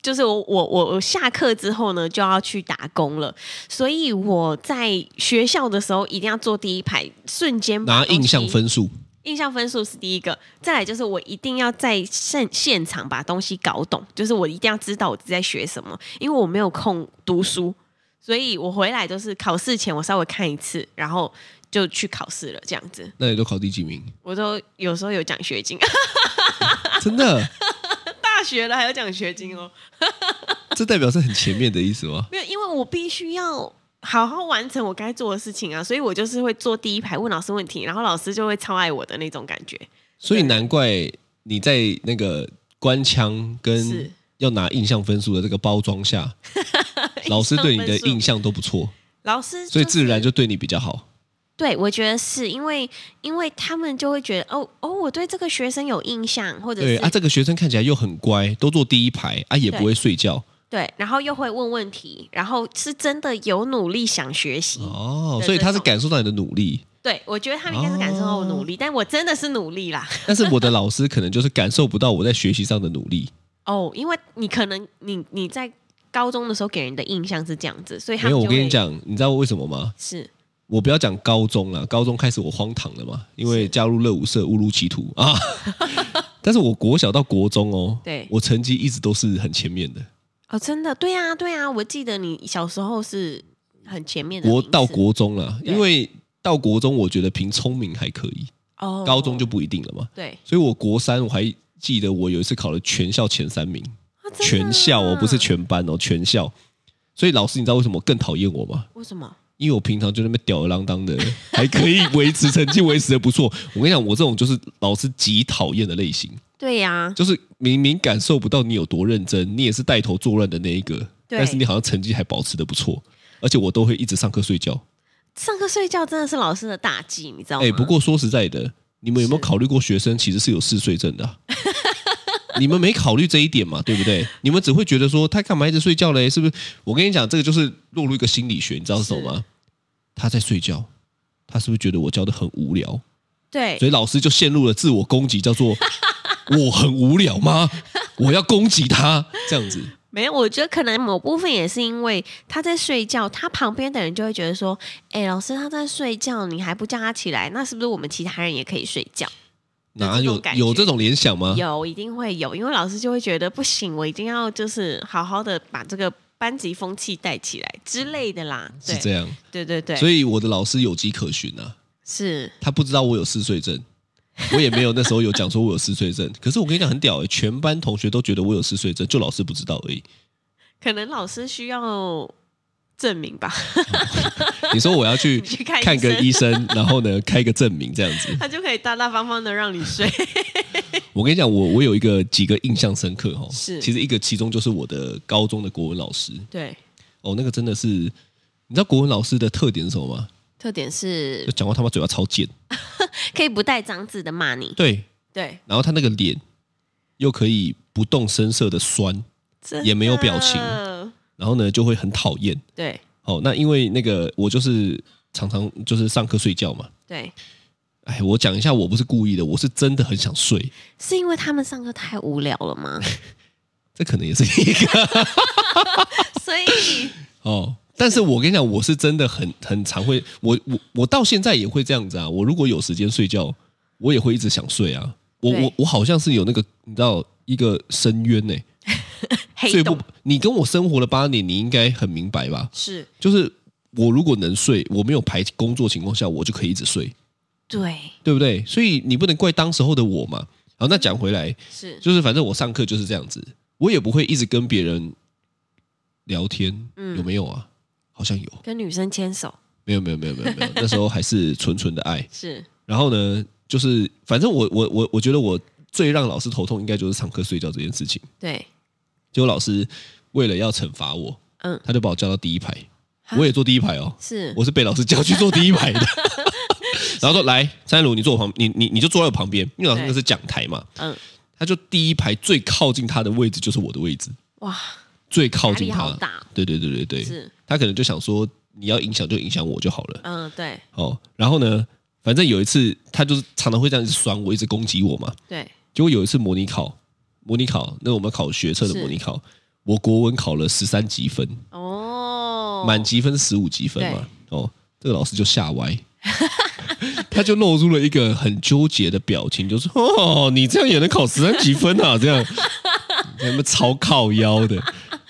[SPEAKER 2] 就是我我我我下课之后呢就要去打工了，所以我在学校的时候一定要坐第一排，瞬间把
[SPEAKER 3] 拿印象
[SPEAKER 2] 东西
[SPEAKER 3] 分数，
[SPEAKER 2] 印象分数是第一个，再来就是我一定要在现现场把东西搞懂，就是我一定要知道我自己在学什么，因为我没有空读书，所以我回来就是考试前我稍微看一次，然后就去考试了，这样子。
[SPEAKER 3] 那你都考第几名？
[SPEAKER 2] 我都有时候有奖学金， *laughs*
[SPEAKER 3] 真的，
[SPEAKER 2] 大学了还有奖学金哦，
[SPEAKER 3] 这代表是很前面的意思吗？
[SPEAKER 2] 没有，因为我必须要。好好完成我该做的事情啊，所以我就是会坐第一排问老师问题，然后老师就会超爱我的那种感觉。
[SPEAKER 3] 所以难怪你在那个官腔跟
[SPEAKER 2] 是
[SPEAKER 3] 要拿印象分数的这个包
[SPEAKER 2] *laughs*
[SPEAKER 3] 装下，老师对你的印
[SPEAKER 2] 象，
[SPEAKER 3] 象都不错，
[SPEAKER 2] 老师、
[SPEAKER 3] 所以自然就对你比较好。
[SPEAKER 2] 对，我觉得是因为，因为他们就会觉得，哦哦，我对这个学生有印象，或者
[SPEAKER 3] 对
[SPEAKER 2] 是
[SPEAKER 3] 啊，这个学生看起来又很乖，都坐第一排啊，也不会睡觉
[SPEAKER 2] 对然后又会问问题，然后是真的有努力想学习。
[SPEAKER 3] 哦，
[SPEAKER 2] 对
[SPEAKER 3] 所以他
[SPEAKER 2] 这
[SPEAKER 3] 是
[SPEAKER 2] 种
[SPEAKER 3] 感受到你的努力。
[SPEAKER 2] 对，我觉得他们应该是感受到我
[SPEAKER 3] 哦
[SPEAKER 2] 努力，但我真的是努力啦。
[SPEAKER 3] 但是我的老师可能就是感受不到我在学习上的努力，
[SPEAKER 2] 哦，因为你可能你你在高中的时候给人的印象是这样子， *laughs* 所以他
[SPEAKER 3] 没
[SPEAKER 2] 们
[SPEAKER 3] 有。我
[SPEAKER 2] 就会
[SPEAKER 3] 跟你讲，你知道为什么吗？
[SPEAKER 2] 是
[SPEAKER 3] 我不要讲高中了，高中开始我荒唐了嘛，因为加入热舞社误入歧途啊。但是我国小到国中哦，
[SPEAKER 2] 对
[SPEAKER 3] 我成绩一直都是很前面的。
[SPEAKER 2] 哦，真的对啊对啊，我记得你小时候是很前面的
[SPEAKER 3] 国
[SPEAKER 2] 名
[SPEAKER 3] 到
[SPEAKER 2] 次
[SPEAKER 3] 国中了，
[SPEAKER 2] 对
[SPEAKER 3] 因为到国中我觉得凭聪明还可以，
[SPEAKER 2] 哦，
[SPEAKER 3] 高中就不一定了嘛。
[SPEAKER 2] 对
[SPEAKER 3] 所以我国三我还记得我有一次考了全校前三名，
[SPEAKER 2] 啊真的
[SPEAKER 3] 全校哦，
[SPEAKER 2] 啊
[SPEAKER 3] 不是全班哦，全校。所以老师，你知道为什么更讨厌我吗？
[SPEAKER 2] 啊为什么
[SPEAKER 3] 因为我平常就那么吊儿郎当的， *laughs* 还可以维持成绩，维持的不错。我跟你讲，我这种就是老师极讨厌的类型，
[SPEAKER 2] 对呀、
[SPEAKER 3] 就是明明感受不到你有多认真，你也是带头作乱的那一个，
[SPEAKER 2] 对
[SPEAKER 3] 但是你好像成绩还保持的不错，而且我都会一直上课睡觉。
[SPEAKER 2] 上课睡觉真的是老师的大忌，你知道吗？
[SPEAKER 3] 哎，不过说实在的，你们有没
[SPEAKER 2] 是
[SPEAKER 3] 有考虑过学生其实是有嗜睡症的啊、 *laughs* 你们没考虑这一点嘛，对不对？你们只会觉得说他干嘛一直睡觉嘞？是不是？我跟你讲，这个就是落入一个心理学，你知道是什么吗？他在睡觉，他是不是觉得我教的很无聊？
[SPEAKER 2] 对
[SPEAKER 3] 所以老师就陷入了自我攻击，叫
[SPEAKER 2] *laughs*
[SPEAKER 3] 做我很无聊吗？我要攻击他这样子。
[SPEAKER 2] 没有，我觉得可能某部分也是因为他在睡觉，他旁边的人就会觉得说：“哎，老师他在睡觉，你还不叫他起来，那是不是我们其他人也可以睡觉就
[SPEAKER 3] 哪
[SPEAKER 2] 这种
[SPEAKER 3] 有
[SPEAKER 2] 感觉
[SPEAKER 3] 有这种联想？”吗？
[SPEAKER 2] 有，一定会有，因为老师就会觉得不行，我一定要就是好好的把这个班级风气带起来之类的啦。
[SPEAKER 3] 嗯是
[SPEAKER 2] 对
[SPEAKER 3] 这样，
[SPEAKER 2] 对对对，
[SPEAKER 3] 所
[SPEAKER 2] 以
[SPEAKER 3] 以我的老师有迹可循啊。
[SPEAKER 2] 是
[SPEAKER 3] 他不知道我有嗜睡症，我也没有那时候有讲说我有嗜睡症。可是我跟你讲很屌、欸，全班同学都觉得我有嗜睡症，就老师不知道而已。
[SPEAKER 2] 可能老师需要证明吧， *laughs*
[SPEAKER 3] 你说我要去
[SPEAKER 2] 你去看医生
[SPEAKER 3] 看个医生，然后呢开个证明这样子。
[SPEAKER 2] 他就可以大大方方的让你
[SPEAKER 3] *laughs*
[SPEAKER 2] 睡。
[SPEAKER 3] 我跟你讲，我我有一个几个印象深刻哦，
[SPEAKER 2] 是
[SPEAKER 3] 其实一个其中就是我的高中的国文老师
[SPEAKER 2] 对，
[SPEAKER 3] 哦，那个真的是，你知道国文老师的特点是什么吗？
[SPEAKER 2] 特点是
[SPEAKER 3] 就讲话他妈嘴巴超贱，
[SPEAKER 2] 可以不带脏字的骂你。
[SPEAKER 3] 对，
[SPEAKER 2] 对，
[SPEAKER 3] 然后他那个脸又可以不动声色的酸，
[SPEAKER 2] 真
[SPEAKER 3] 也没有表
[SPEAKER 2] 的
[SPEAKER 3] 情然后呢就会很讨厌。
[SPEAKER 2] 对
[SPEAKER 3] 哦，那因为那个我就是常常就是上课睡觉嘛。
[SPEAKER 2] 对，
[SPEAKER 3] 哎，我讲一下，我不是故意的，我是真的很想睡，
[SPEAKER 2] 是因为他们上课太无聊了
[SPEAKER 3] *laughs*
[SPEAKER 2] 吗？
[SPEAKER 3] 这可能也是一个 *laughs*
[SPEAKER 2] 所以
[SPEAKER 3] 哦。但是我跟你讲，我是真的很很常会，我我我到现在也会这样子啊。我如果有时间睡觉，我也会一直想睡啊。我
[SPEAKER 2] 对
[SPEAKER 3] 我我好像是有那个你知道一个深渊呢、
[SPEAKER 2] 黑
[SPEAKER 3] 睡不
[SPEAKER 2] 洞。
[SPEAKER 3] 你跟我生活了八年，你应该很明白吧？
[SPEAKER 2] 是
[SPEAKER 3] 就是我如果能睡，我没有排工作情况下，我就可以一直睡。
[SPEAKER 2] 对，
[SPEAKER 3] 对不对？所以你不能怪当时候的我嘛。好，那讲回来，
[SPEAKER 2] 是
[SPEAKER 3] 就是反正我上课就是这样子，我也不会一直跟别人聊天，
[SPEAKER 2] 嗯
[SPEAKER 3] 有没有啊？好像有，
[SPEAKER 2] 跟女生牵手
[SPEAKER 3] 没有没有没有没有没有，那时候还是纯纯的爱。
[SPEAKER 2] 是
[SPEAKER 3] 然后呢，就是反正我我我我觉得我最让老师头痛，应该就是上课睡觉这件事情。
[SPEAKER 2] 对，
[SPEAKER 3] 结果老师为了要惩罚我，
[SPEAKER 2] 嗯
[SPEAKER 3] 他就把我叫到第一排，
[SPEAKER 2] 哈
[SPEAKER 3] 我也坐第一排哦，
[SPEAKER 2] *laughs* 是
[SPEAKER 3] 我是被老师叫去坐第一
[SPEAKER 2] *laughs*
[SPEAKER 3] 排的。然后说来，三鲁，你坐我旁，你你你就坐在我旁边，因为老师那
[SPEAKER 2] 对
[SPEAKER 3] 个是讲台嘛。
[SPEAKER 2] 嗯，
[SPEAKER 3] 他他就第一排最靠近他的位置就是我的位置，
[SPEAKER 2] 哇，
[SPEAKER 3] 最靠近
[SPEAKER 2] 压力好
[SPEAKER 3] 他
[SPEAKER 2] 大。哦
[SPEAKER 3] 对对对对对，
[SPEAKER 2] 是，
[SPEAKER 3] 他可能就想说你要影响就影响我就好了。
[SPEAKER 2] 嗯，对
[SPEAKER 3] 哦，然后呢，反正有一次他就是常常会这样一直酸我，一直攻击我嘛。
[SPEAKER 2] 对，
[SPEAKER 3] 结果有一次模拟考，模拟考，那我们考学测的
[SPEAKER 2] 是
[SPEAKER 3] 模拟考，我国文考了十三积分，
[SPEAKER 2] 哦，
[SPEAKER 3] 满积分十五积分嘛。哦，这个老师就吓歪， *laughs* 他就露出了一个很纠结的表情，就是哦，你这样也能考十三积分啊？这 *laughs* 样，你们超靠腰的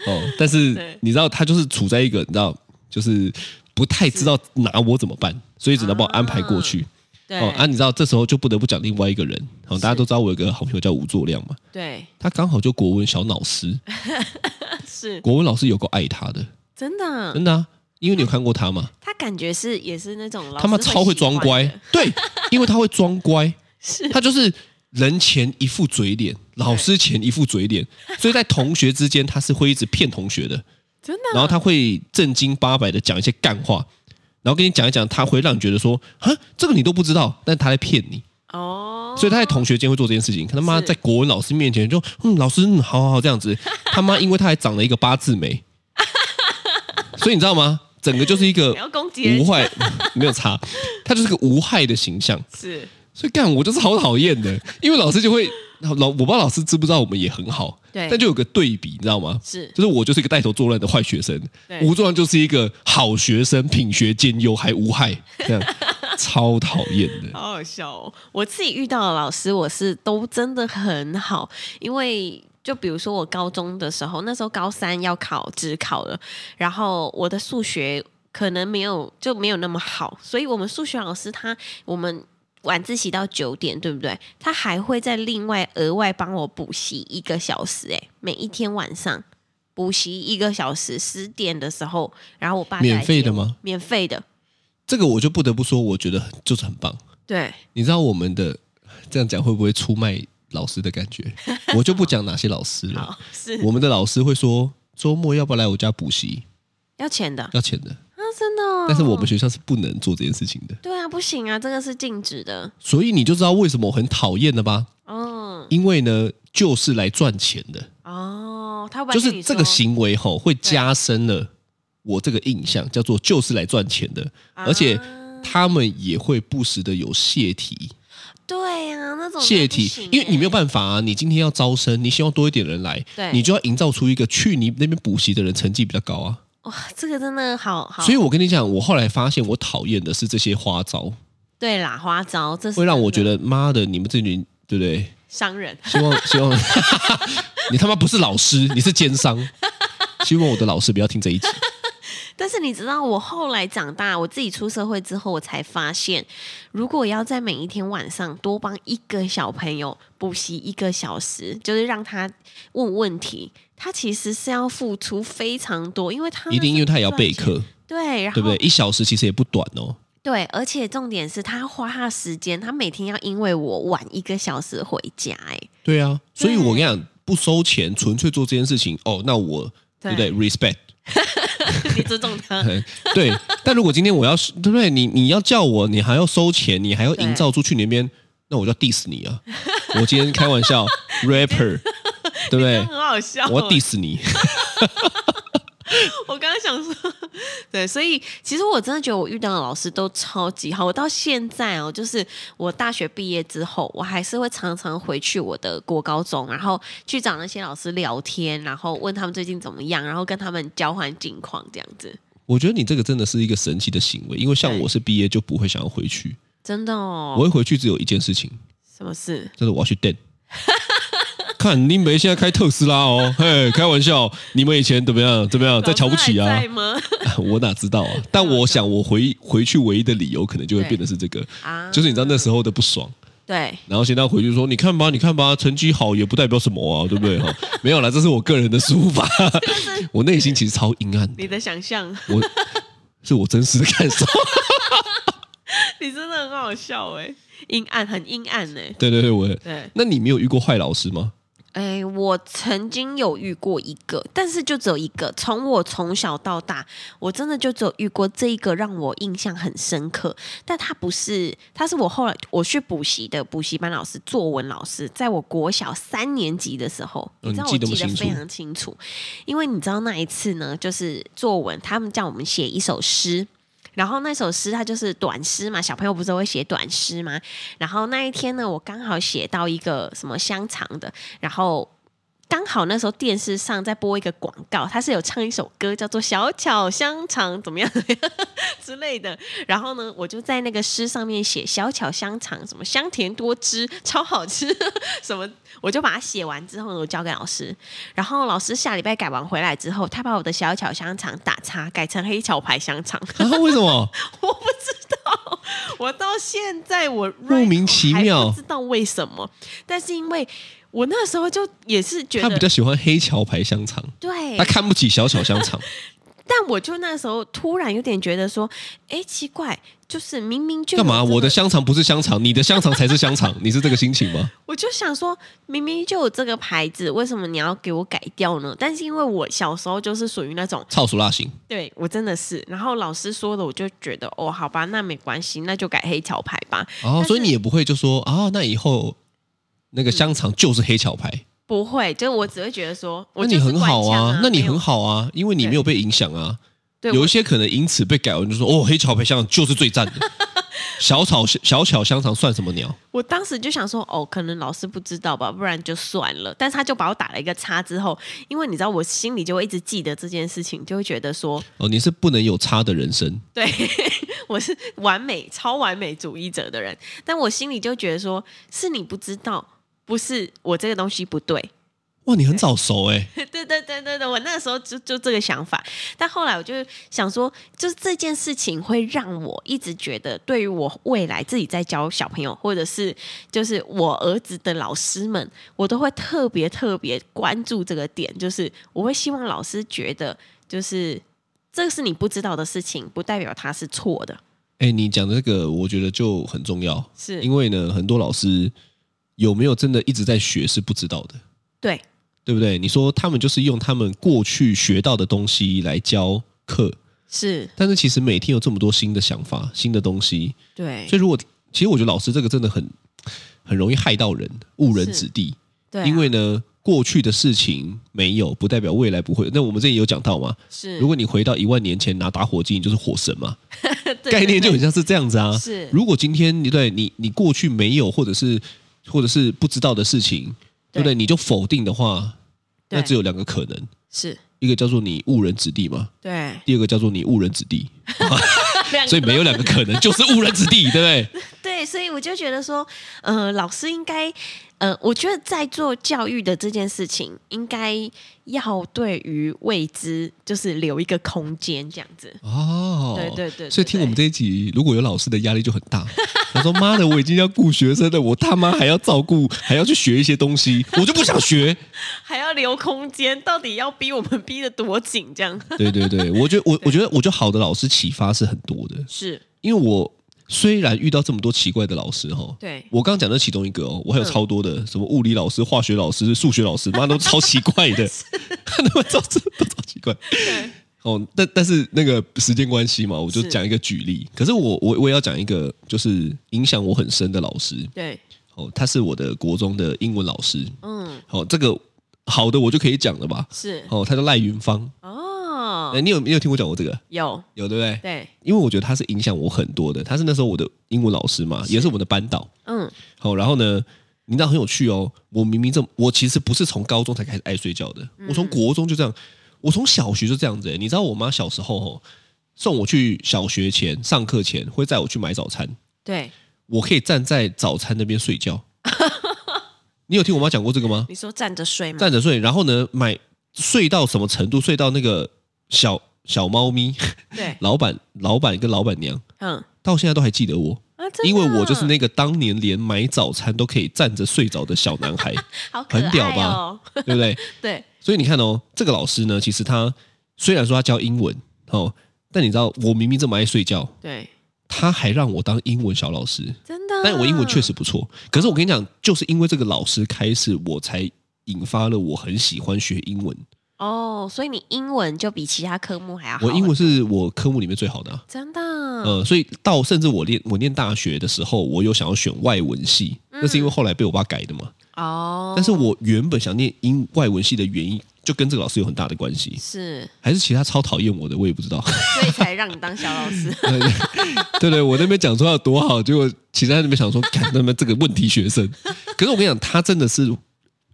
[SPEAKER 3] 哦。但是
[SPEAKER 2] 对
[SPEAKER 3] 你知道，他就是处在一个你知道，就是不太知道拿我怎么办，所以只能把我安排过去。
[SPEAKER 2] 对
[SPEAKER 3] 哦啊，你知道这时候就不得不讲另外一个人，好、大家都知道我有个好朋友叫吴作亮嘛，
[SPEAKER 2] 对，
[SPEAKER 3] 他刚好就国文小老师，
[SPEAKER 2] 是
[SPEAKER 3] 国文老师有够爱他的，
[SPEAKER 2] 真的，
[SPEAKER 3] 真的、啊，因为你有看过他嘛，
[SPEAKER 2] 他感觉是也是那种老
[SPEAKER 3] 他妈
[SPEAKER 2] 师
[SPEAKER 3] 超会装乖
[SPEAKER 2] 喜欢的，
[SPEAKER 3] 对，因为他会装乖，
[SPEAKER 2] *laughs*
[SPEAKER 3] 他就是人前一副嘴脸，老师前一副嘴脸，所以在同学之间他是会一直骗同学的，
[SPEAKER 2] 真的，
[SPEAKER 3] 然后他会正经八百的讲一些干话，然后跟你讲一讲，他会让你觉得说，啊，这个你都不知道，但他在骗你。
[SPEAKER 2] 哦，
[SPEAKER 3] 所以他在同学间会做这件事情。他妈
[SPEAKER 2] 是
[SPEAKER 3] 在国文老师面前就嗯，老师嗯，好好好这
[SPEAKER 2] *laughs*
[SPEAKER 3] 样子。他妈因为他还长了一个八字眉，所以你知道吗？整个就是一个
[SPEAKER 2] *laughs* 你要攻击
[SPEAKER 3] 无
[SPEAKER 2] 人
[SPEAKER 3] 害， *laughs* 没有差，他就是个无害的形象。
[SPEAKER 2] 是
[SPEAKER 3] 所以干我就是好讨厌的，因为老师就会老我不知道老师知不知道我们也很好，
[SPEAKER 2] 对
[SPEAKER 3] 但就有个对比，你知道吗？
[SPEAKER 2] 是，
[SPEAKER 3] 就是我就是一个带头作乱的坏学生，
[SPEAKER 2] 对
[SPEAKER 3] 吴作亮就是一个好学生，品学兼优还无害，
[SPEAKER 2] *laughs*
[SPEAKER 3] 这样超讨厌的。
[SPEAKER 2] 好好笑哦！我自己遇到的老师，我是都真的很好，因为就比如说我高中的时候，那时候高三要考职考了，然后我的数学可能没有就没有那么好，所以我们数学老师他我们。晚自习到九点，对不对？他还会再另外额外帮我补习一个小时、诶，每一天晚上补习一个小时，十点的时候，然后我爸再来
[SPEAKER 3] 免费的
[SPEAKER 2] 接我
[SPEAKER 3] 吗？
[SPEAKER 2] 免费的，
[SPEAKER 3] 这个我就不得不说，我觉得很就是很棒。
[SPEAKER 2] 对，
[SPEAKER 3] 你知道我们的这样讲会不会出卖老师的感
[SPEAKER 2] *laughs*
[SPEAKER 3] 觉？我就不讲哪些老师了
[SPEAKER 2] 好。是
[SPEAKER 3] 我们的老师会说，周末要不要来我家补习？
[SPEAKER 2] 要钱的啊，
[SPEAKER 3] 要钱的。
[SPEAKER 2] 真的、哦。
[SPEAKER 3] 但是我们学校是不能做这件事情的，
[SPEAKER 2] 对啊，不行啊，这个是禁止的。
[SPEAKER 3] 所以你就知道为什么我很讨厌了吧？
[SPEAKER 2] 嗯，
[SPEAKER 3] 因为呢，就是来赚钱的，
[SPEAKER 2] 哦，他会不会
[SPEAKER 3] 就
[SPEAKER 2] 跟
[SPEAKER 3] 是
[SPEAKER 2] 你
[SPEAKER 3] 这
[SPEAKER 2] 说
[SPEAKER 3] 个行为吼会加深了我这个印象，叫做就是来赚钱的，而且
[SPEAKER 2] 嗯啊
[SPEAKER 3] 他们也会不时的有泄题。
[SPEAKER 2] 对啊，那种
[SPEAKER 3] 泄题，因为你没有
[SPEAKER 2] 法
[SPEAKER 3] 办法啊，你今天要招生，你希望多一点人来，
[SPEAKER 2] 欸对
[SPEAKER 3] 你就要营造出一个去你那边补习的人成绩比较高啊。
[SPEAKER 2] 欸哇，这个真的好好。
[SPEAKER 3] 所以我跟你讲，我后来发现我讨厌的是这些花招，
[SPEAKER 2] 对啦，花招这是
[SPEAKER 3] 会让我觉
[SPEAKER 2] 真的
[SPEAKER 3] 得妈的，你们这群对不对？
[SPEAKER 2] 伤人。
[SPEAKER 3] 希望希望 *laughs* 你他妈不是老师，你是奸商。希望我的老师不要听这一集。
[SPEAKER 2] 但是你知道，我后来长大，我自己出社会之后，我才发现，如果要在每一天晚上多帮一个小朋友补习一个小时，就是让他问问题，他其实是要付出非常多，因为他
[SPEAKER 3] 一定，因为他也要备
[SPEAKER 2] 赚
[SPEAKER 3] 课，
[SPEAKER 2] 对，然后
[SPEAKER 3] 对不对？一小时其实也不短哦。
[SPEAKER 2] 对，而且重点是他花他的时间，他每天要因为我晚一个小时回家、哎，
[SPEAKER 3] 对啊，所以
[SPEAKER 2] 对
[SPEAKER 3] 我跟你讲，不收钱，纯粹做这件事情，哦，那我对不对？respect，
[SPEAKER 2] *laughs* 你尊重他，
[SPEAKER 3] 哎对，但如果今天我要是对不对？你你要叫我，你还要收钱，你还要营造出去那边，那我就要 diss 你啊！我今天开
[SPEAKER 2] *laughs*
[SPEAKER 3] 玩笑，rapper，对不 *laughs* 对？
[SPEAKER 2] 很好笑欸
[SPEAKER 3] 我要 diss 你，
[SPEAKER 2] 我刚刚想说，对，所以其实我真的觉得我遇到的老师都超级好。我到现在哦，就是我大学毕业之后，我还是会常常回去我的国高中，然后去找那些老师聊天，然后问他们最近怎么样，然后跟他们交换近况，这样子。
[SPEAKER 3] 我觉得你这个真的是一个神奇的行为，因为像
[SPEAKER 2] 对
[SPEAKER 3] 我是毕业就不会想要回去，
[SPEAKER 2] 真的哦，
[SPEAKER 3] 我一回去只有一件事情，
[SPEAKER 2] 什么事？
[SPEAKER 3] 就是我要去 d 看林梅现在开特斯拉哦，嘿，开玩笑，你们以前怎么样怎么样，在瞧不起
[SPEAKER 2] 老师
[SPEAKER 3] 啊
[SPEAKER 2] 还在？ *laughs* 吗？
[SPEAKER 3] *laughs* 我哪知道
[SPEAKER 2] *laughs*
[SPEAKER 3] 啊？但我想，我回回去唯一的理由可能就会
[SPEAKER 2] 对
[SPEAKER 3] 变得是这个，
[SPEAKER 2] 啊，
[SPEAKER 3] 就是你知道那时候的不爽。
[SPEAKER 2] 对，
[SPEAKER 3] 然后现在回去说，你看吧，你看吧，成绩好也不代表什么啊，对不对？哈， *laughs* 没有啦，这是我个人的抒发， *laughs* 我内心其实超阴暗的，
[SPEAKER 2] 你的想象。
[SPEAKER 3] 我是我真实的感受。 *laughs*
[SPEAKER 2] 你真的很欸好笑哎、阴暗，很阴暗哎、
[SPEAKER 3] 对对对，我
[SPEAKER 2] 对， *laughs*
[SPEAKER 3] 那你没有遇过坏老师吗？
[SPEAKER 2] 哎，我曾经有遇过一个，但是就只有一个。从我从小到大，我真的就只有遇过这一个让我印象很深刻。但他不是，他是我后来我去补习的补习班老师，作文老师，在我国小三年级的时候，
[SPEAKER 3] 嗯
[SPEAKER 2] 你知道
[SPEAKER 3] 你
[SPEAKER 2] 我
[SPEAKER 3] 记得
[SPEAKER 2] 记得
[SPEAKER 3] 不清楚
[SPEAKER 2] 非常清楚，因为你知道那一次呢，就是作文，他们叫我们写一首诗。然后那首诗它就是短诗嘛，小朋友不是都会写短诗吗？然后那一天呢，我刚好写到一个什么香肠的，然后刚好那时候电视上在播一个广告，它是有唱一首歌叫做《小巧香肠》怎么样 *laughs* 之类的。然后呢，我就在那个诗上面写“小巧香肠”什么香甜多汁，超好吃 *laughs* 什么，我就把它写完之后呢，我交给老师。然后老师下礼拜改完回来之后，他把我的小巧香肠打叉，改成黑巧牌香肠。 *laughs*
[SPEAKER 3] 啊，为什么？
[SPEAKER 2] 我不知道，我到现在我
[SPEAKER 3] 莫名其妙
[SPEAKER 2] 我还不知道为什么。但是因为我那时候就也是觉
[SPEAKER 3] 他比
[SPEAKER 2] 得
[SPEAKER 3] 较喜欢黑桥牌香肠，
[SPEAKER 2] 对
[SPEAKER 3] 他，看不起小巧香肠。
[SPEAKER 2] 但我就那时候突然有点觉得说，哎，奇怪，就是明明 *laughs* 就有
[SPEAKER 3] 干嘛？
[SPEAKER 2] 这个
[SPEAKER 3] 我的香肠不是香肠，你的香肠才是香肠，你 *laughs* 是这个心情吗？
[SPEAKER 2] 我就想说，明明就有这个牌子，为什么你要给我改掉呢？但是因为我小时候就是属于那种，
[SPEAKER 3] 操熟辣型，
[SPEAKER 2] 对我真的是，然后老师说的，我就觉得哦，好吧，那没关系，那就改黑桥牌吧。
[SPEAKER 3] 哦，
[SPEAKER 2] 是
[SPEAKER 3] 所以你也不会就说啊，那以后那个香肠就是黑桥牌，
[SPEAKER 2] 不会，就是我只会觉得说，我
[SPEAKER 3] 那
[SPEAKER 2] 就
[SPEAKER 3] 你
[SPEAKER 2] 是
[SPEAKER 3] 很好
[SPEAKER 2] 官腔啊，
[SPEAKER 3] 那你
[SPEAKER 2] 没有
[SPEAKER 3] 很好啊，因为你
[SPEAKER 2] 对
[SPEAKER 3] 没有被影响啊。
[SPEAKER 2] 对
[SPEAKER 3] 有
[SPEAKER 2] 我
[SPEAKER 3] 一些可能因此被改完，就说哦，黑桥牌香肠就是最
[SPEAKER 2] *laughs*
[SPEAKER 3] 赞的，小炒小巧香肠算什么鸟？
[SPEAKER 2] 我当时就想说，哦，可能老师不知道吧，不然就算了。但是他就把我打了一个叉之后，因为你知道，我心里就会一直记得这件事情，就会觉得说，
[SPEAKER 3] 哦，你是不能有差的人生。
[SPEAKER 2] 对 *laughs* 我是完美、超完美主义者的人。但我心里就觉得说，是你不知道，不是我这个东西不对。 *laughs*
[SPEAKER 3] 哇，你很早熟哎、
[SPEAKER 2] 对对对对对，我那个时候就就这个想法，但后来我就想说，就是这件事情会让我一直觉得，对于我未来自己在教小朋友，或者是就是我儿子的老师们，我都会特别特别关注这个点，就是我会希望老师觉得，就是这是你不知道的事情，不代表它是错的，
[SPEAKER 3] 哎、你讲的这个我觉得就很重要，
[SPEAKER 2] 是
[SPEAKER 3] 因为呢，很多老师有没有真的一直在学是不知道的，
[SPEAKER 2] 对
[SPEAKER 3] 对不对？你说他们就是用他们过去学到的东西来教课，
[SPEAKER 2] 是，
[SPEAKER 3] 但是其实每天有这么多新的想法、新的东西，
[SPEAKER 2] 对
[SPEAKER 3] 所以如果其实我觉得老师这个真的很很容易害到人，误人
[SPEAKER 2] 是
[SPEAKER 3] 子弟，
[SPEAKER 2] 对啊、
[SPEAKER 3] 因为呢。过去的事情没有，不代表未来不会。那我们之前有讲到嘛？
[SPEAKER 2] 是
[SPEAKER 3] 如果你回到一万年前拿打火机，你就是火神嘛。
[SPEAKER 2] 对对
[SPEAKER 3] 概念就
[SPEAKER 2] 对
[SPEAKER 3] 很像是这样子啊。
[SPEAKER 2] 是
[SPEAKER 3] 如果今天你对你你过去没有或者是或者是不知道的事情，对不对？
[SPEAKER 2] 对
[SPEAKER 3] 你就否定的话，那
[SPEAKER 2] 对
[SPEAKER 3] 只有两个可能，
[SPEAKER 2] 是
[SPEAKER 3] 一个叫做你误人子弟嘛， *laughs*
[SPEAKER 2] 对，
[SPEAKER 3] 第二个叫做你误人子弟，
[SPEAKER 2] 两个
[SPEAKER 3] 所以没有两个可能，就是误人子弟，对不对？
[SPEAKER 2] 对，所以我就觉得说，呃，老师应该，呃，我觉得在做教育的这件事情，应该要对于未知就是留一个空间，这样子。
[SPEAKER 3] *laughs* 哦，
[SPEAKER 2] 对对对对
[SPEAKER 3] 所以听我们这一集，如果有老师的压力就很大。他说：“妈的，我已经要顾学生了，我他妈还要照顾，还要去学一些东西，我就不想学。”
[SPEAKER 2] 还要留空间，到底要逼我们逼得多紧？这样
[SPEAKER 3] 对对对，我觉得我我觉得我觉得好的老师启发是很多的，
[SPEAKER 2] 是 *laughs*
[SPEAKER 3] 因为我虽然遇到这么多奇怪的老师哈，
[SPEAKER 2] 对
[SPEAKER 3] 我刚讲的其中一个哦，我还有超多的，什么物理老师、化学老师、数学老师，妈都超奇怪 *laughs* 的，他们超都超奇怪。哦，但但是那个时间关系嘛，我就是讲一个举例。可是我我我也要讲一个，就是影响我很深的老师
[SPEAKER 2] 对，
[SPEAKER 3] 哦，他是我的国中的英文老师。
[SPEAKER 2] 嗯，
[SPEAKER 3] 哦，这个好的我就可以讲了吧？
[SPEAKER 2] 是
[SPEAKER 3] 哦，他叫赖云芳，
[SPEAKER 2] 哦
[SPEAKER 3] 哎，，你有你有听我讲过这个？
[SPEAKER 2] 有
[SPEAKER 3] 有对不对？
[SPEAKER 2] 对，
[SPEAKER 3] 因为我觉得他是影响我很多的，他是那时候我的英文老师嘛，也是我们的班导。
[SPEAKER 2] 嗯，
[SPEAKER 3] 好、然后呢，你知道很有趣哦，我明明这么，我其实不是从高中才开始爱睡觉的，我从国中就这样，我从小学就这样子。欸你知道我妈小时候哦，送我去小学前上课前会载我去买早餐，
[SPEAKER 2] 对，
[SPEAKER 3] 我可以站在早餐那边睡觉。你有听我妈讲过这个吗？
[SPEAKER 2] 你说站着睡吗？
[SPEAKER 3] 站着睡，然后呢，买睡到什么程度？睡到那个小小猫咪 *laughs*
[SPEAKER 2] 对，
[SPEAKER 3] 老板老板跟老板娘
[SPEAKER 2] 嗯
[SPEAKER 3] 到现在都还记得我。
[SPEAKER 2] 啊，真的
[SPEAKER 3] 因为我就是那个当年连买早餐都可以站着睡着的小男
[SPEAKER 2] *laughs*
[SPEAKER 3] 孩，
[SPEAKER 2] 好可爱
[SPEAKER 3] 很屌吧
[SPEAKER 2] 哦，
[SPEAKER 3] 对不对？
[SPEAKER 2] *laughs* 对，
[SPEAKER 3] 所以你看哦，这个老师呢，其实他虽然说他教英文哦，但你知道我明明这么爱睡觉，
[SPEAKER 2] 对，
[SPEAKER 3] 他还让我当英文小老
[SPEAKER 2] 嗯
[SPEAKER 3] 师，
[SPEAKER 2] 真的。
[SPEAKER 3] 但我英文确实不错。可是我跟你讲，就是因为这个老师开始，我才引发了我很喜欢学英文。
[SPEAKER 2] 哦，所以你英文就比其他科目还要好。嗯
[SPEAKER 3] 我英文是我科目里面最好的、啊，
[SPEAKER 2] 真的，
[SPEAKER 3] 呃，所以到甚至我念我念大学的时候，我有想要选外文系，
[SPEAKER 2] 嗯
[SPEAKER 3] 那是因为后来被我爸改的嘛。
[SPEAKER 2] 哦，
[SPEAKER 3] 但是我原本想念英外文系的原因，就跟这个老师有很大的关系，
[SPEAKER 2] 是，
[SPEAKER 3] 还是其他超讨厌我的，我也不知道。 *laughs*
[SPEAKER 2] 所以才让你当小老 *laughs* 师。
[SPEAKER 3] 对对，我那边讲说要多好，结果其他那边想说，看他们这个问题学生。可是我跟你讲，他真的是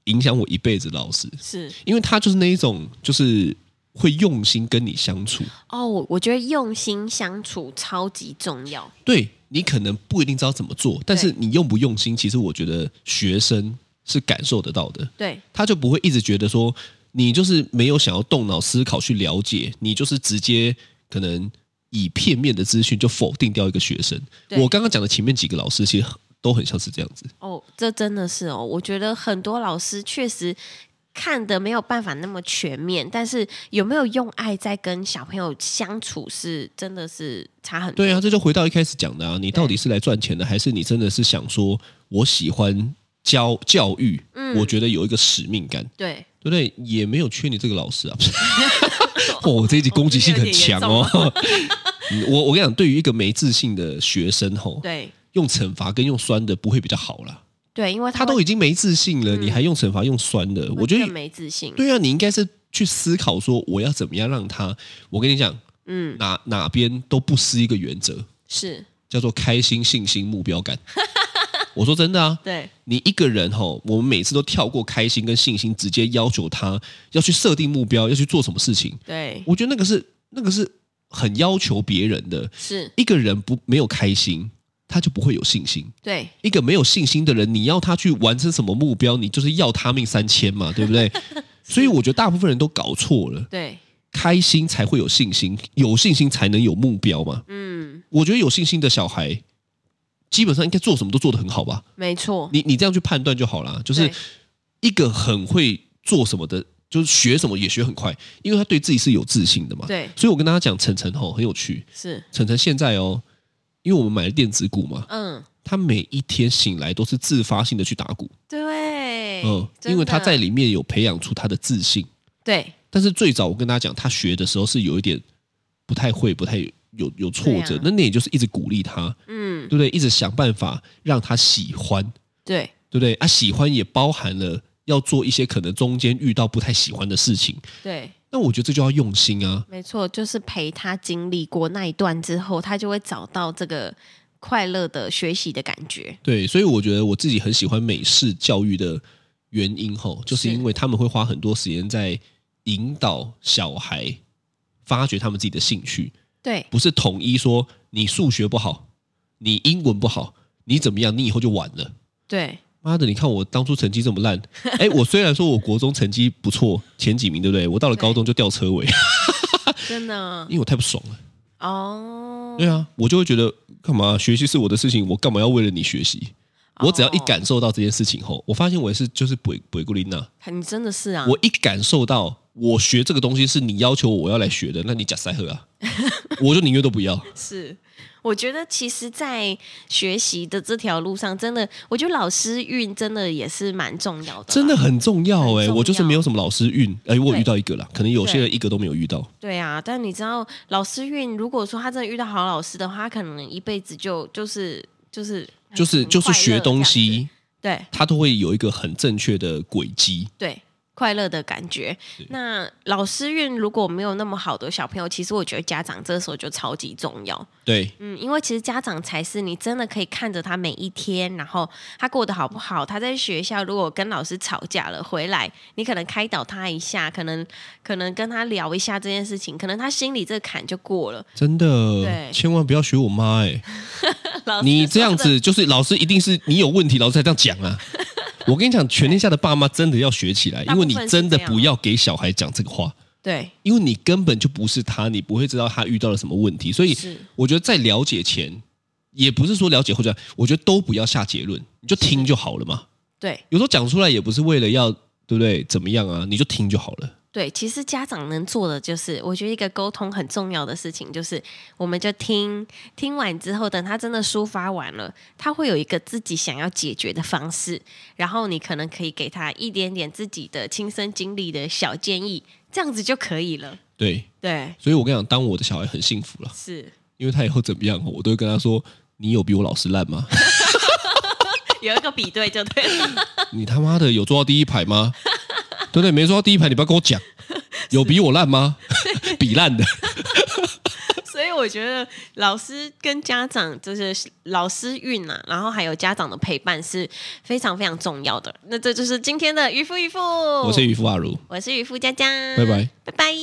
[SPEAKER 3] 影响我一辈子的老师，
[SPEAKER 2] 是，
[SPEAKER 3] 因为他就是那一种，就是会用心跟你相处。
[SPEAKER 2] 哦，我我觉得用心相处超级重要。
[SPEAKER 3] 对你可能不一定知道怎么做，但是你用不用心，其实我觉得学生是感受得到的。
[SPEAKER 2] 对，
[SPEAKER 3] 他就不会一直觉得说你就是没有想要动脑思考去了解，你就是直接可能以片面的资讯就否定掉一个学生。
[SPEAKER 2] 对
[SPEAKER 3] 我刚刚讲的前面几个老师其实都很像是这样子，
[SPEAKER 2] 哦，这真的是哦，我觉得很多老师确实看的没有办法那么全面，但是有没有用爱在跟小朋友相处是真的是差很多。
[SPEAKER 3] 对啊，这就回到一开始讲的啊，你到底是来赚钱的，还是你真的是想说我喜欢教教育？
[SPEAKER 2] 嗯
[SPEAKER 3] 我觉得有一个使命感，
[SPEAKER 2] 对，
[SPEAKER 3] 对不对？也没有缺你这个老师啊。
[SPEAKER 2] *laughs*
[SPEAKER 3] 哦，我这一集攻击性很强哦。 *laughs* 嗯我我跟你讲，对于一个没自信的学生吼，
[SPEAKER 2] 对
[SPEAKER 3] 用惩罚跟用酸的不会比较好啦。
[SPEAKER 2] 对，因为会
[SPEAKER 3] 他
[SPEAKER 2] 嗯
[SPEAKER 3] 都已经没自信了，你还用惩罚用酸的，
[SPEAKER 2] 会
[SPEAKER 3] 我觉
[SPEAKER 2] 更
[SPEAKER 3] 得
[SPEAKER 2] 没自信。
[SPEAKER 3] 对啊，你应该是去思考说我要怎么样让他。我跟你讲，
[SPEAKER 2] 嗯，
[SPEAKER 3] 哪哪边都不失一个原则，
[SPEAKER 2] 是，
[SPEAKER 3] 叫做开心、信心、目标
[SPEAKER 2] *laughs*
[SPEAKER 3] 感。我说真的啊，
[SPEAKER 2] 对
[SPEAKER 3] 你一个人吼、我们每次都跳过开心跟信心，直接要求他要去设定目标，要去做什么事情。
[SPEAKER 2] 对
[SPEAKER 3] 我觉得那个是那个是很要求别人的。
[SPEAKER 2] 是，
[SPEAKER 3] 一个人不没有开心，他就不会有信心。
[SPEAKER 2] 对
[SPEAKER 3] 一个没有信心的人，你要他去完成什么目标，你就是要他命三
[SPEAKER 2] *laughs*
[SPEAKER 3] 千嘛，对不对？所以我觉得大部分人都搞错了，
[SPEAKER 2] 对，
[SPEAKER 3] 开心才会有信心，有信心才能有目标嘛。
[SPEAKER 2] 嗯，
[SPEAKER 3] 我觉得有信心的小孩，基本上应该做什么都做得很好吧。
[SPEAKER 2] 没错，
[SPEAKER 3] 你你这样去判断就好啦，就是
[SPEAKER 2] 对
[SPEAKER 3] 一个很会做什么的，就是学什么也学很快，因为他对自己是有自信的嘛。
[SPEAKER 2] 对
[SPEAKER 3] 所以我跟大家讲，晨晨吼很有趣，
[SPEAKER 2] 是，
[SPEAKER 3] 晨晨现在哦，因为我们买了电子股嘛，
[SPEAKER 2] 嗯，
[SPEAKER 3] 他每一天醒来都是自发性的去打鼓，
[SPEAKER 2] 对，
[SPEAKER 3] 嗯，
[SPEAKER 2] 哎真
[SPEAKER 3] 因为他
[SPEAKER 2] 的
[SPEAKER 3] 在里面有培养出他的自信。
[SPEAKER 2] 对
[SPEAKER 3] 但是最早我跟大家讲，他学的时候是有一点不太会，不太有有挫
[SPEAKER 2] 对
[SPEAKER 3] 折，
[SPEAKER 2] 啊
[SPEAKER 3] 那那也就是一直鼓励他，
[SPEAKER 2] 嗯
[SPEAKER 3] 对不对？一直想办法让他喜欢，
[SPEAKER 2] 对
[SPEAKER 3] 对不对？啊，喜欢也包含了要做一些可能中间遇到不太喜欢的事情，
[SPEAKER 2] 对，
[SPEAKER 3] 那我觉得这就要用心啊。
[SPEAKER 2] 没错，就是陪他经历过那一段之后，他就会找到这个快乐的学习的感觉。
[SPEAKER 3] 对，所以我觉得我自己很喜欢美式教育的原因吼，就是
[SPEAKER 2] 是
[SPEAKER 3] 因为他们会花很多时间在引导小孩发掘他们自己的兴趣，
[SPEAKER 2] 对
[SPEAKER 3] 不是统一说你数学不好，你英文不好，你怎么样，你以后就完了。
[SPEAKER 2] 对
[SPEAKER 3] 妈的！你看我当初成绩这么烂，哎，我虽然说我国中成绩不错，前几名，对不对？我到了高中就掉车尾， *laughs*
[SPEAKER 2] 真的
[SPEAKER 3] 因为我太不爽了。
[SPEAKER 2] 哦，
[SPEAKER 3] 对啊，我就会觉得干嘛学习是我的事情，我干嘛要为了你学习？我只要一
[SPEAKER 2] 哦
[SPEAKER 3] 感受到这件事情后，我发现我也是就是不不顾琳娜，
[SPEAKER 2] 你真的是啊，
[SPEAKER 3] 我一感受到我学这个东西是你要求我要来学的，那你假
[SPEAKER 2] *laughs*
[SPEAKER 3] 塞喝啊，我就宁愿都不要。
[SPEAKER 2] 是，我觉得其实，在学习的这条路上，真的，我觉得老师运真的也是蛮重要的。
[SPEAKER 3] 真的，很重要哎、
[SPEAKER 2] 很重要
[SPEAKER 3] 我就是没有什么老师运，哎，我有
[SPEAKER 2] 对
[SPEAKER 3] 遇到一个啦，可能有些
[SPEAKER 2] 对
[SPEAKER 3] 人一个都没有遇到。
[SPEAKER 2] 对啊。但你知道，老师运如果说他真的遇到好老师的话，他可能一辈子就就是就是很
[SPEAKER 3] 就是
[SPEAKER 2] 很
[SPEAKER 3] 就是
[SPEAKER 2] 快乐
[SPEAKER 3] 学东
[SPEAKER 2] 这样
[SPEAKER 3] 西
[SPEAKER 2] 子，对
[SPEAKER 3] 它都会有一个很正确的轨迹。
[SPEAKER 2] 对。快乐的感觉。那老师运如果没有那么好的小朋友，其实我觉得家长这时候就超级重要。
[SPEAKER 3] 对，
[SPEAKER 2] 嗯，因为其实家长才是你真的可以看着他每一天，然后他过得好不好。他在学校如果跟老师吵架了，回来你可能开导他一下，可能可能跟他聊一下这件事情，可能他心里这个坎就过了。
[SPEAKER 3] 真的
[SPEAKER 2] 对，
[SPEAKER 3] 千万不要学我妈哎、
[SPEAKER 2] *laughs* 老师
[SPEAKER 3] 你这样
[SPEAKER 2] 说的
[SPEAKER 3] 子就是老师一定是你有问题，老师才这样讲
[SPEAKER 2] *laughs*
[SPEAKER 3] 啊。我跟你讲，全天下的爸妈真的要学起来，因为你真的不要给小孩讲这个话，
[SPEAKER 2] 对
[SPEAKER 3] 因为你根本就不是他，你不会知道他遇到了什么问题。所以
[SPEAKER 2] 是
[SPEAKER 3] 我觉得在了解前，也不是说了解后就，我觉得都不要下结论，你就听就好了嘛。
[SPEAKER 2] 对
[SPEAKER 3] 有时候讲出来也不是为了要对不对怎么样啊，你就听就好了。
[SPEAKER 2] 对，其实家长能做的就是，我觉得一个沟通很重要的事情就是，我们就听听完之后，等他真的抒发完了，他会有一个自己想要解决的方式，然后你可能可以给他一点点自己的亲身经历的小建议，这样子就可以了。
[SPEAKER 3] 对，
[SPEAKER 2] 对，
[SPEAKER 3] 所以我跟你讲，当我的小孩很幸福了，
[SPEAKER 2] 是
[SPEAKER 3] 因为他以后怎么样，我都会跟他说：“你有比我老师烂吗？ *laughs*
[SPEAKER 2] 有一个比对就对了，
[SPEAKER 3] 你他妈的有坐到第一排吗？对不对？没坐到第一排，你不要跟我讲，有比我烂吗？ *laughs* 比烂的，
[SPEAKER 2] *laughs* 所以我觉得老师跟家长就是老师运啊，然后还有家长的陪伴是非常非常重要的。那这就是今天的渔夫渔夫，
[SPEAKER 3] 我是渔夫阿如，
[SPEAKER 2] 我是渔夫佳佳，
[SPEAKER 3] 拜拜，
[SPEAKER 2] 拜拜。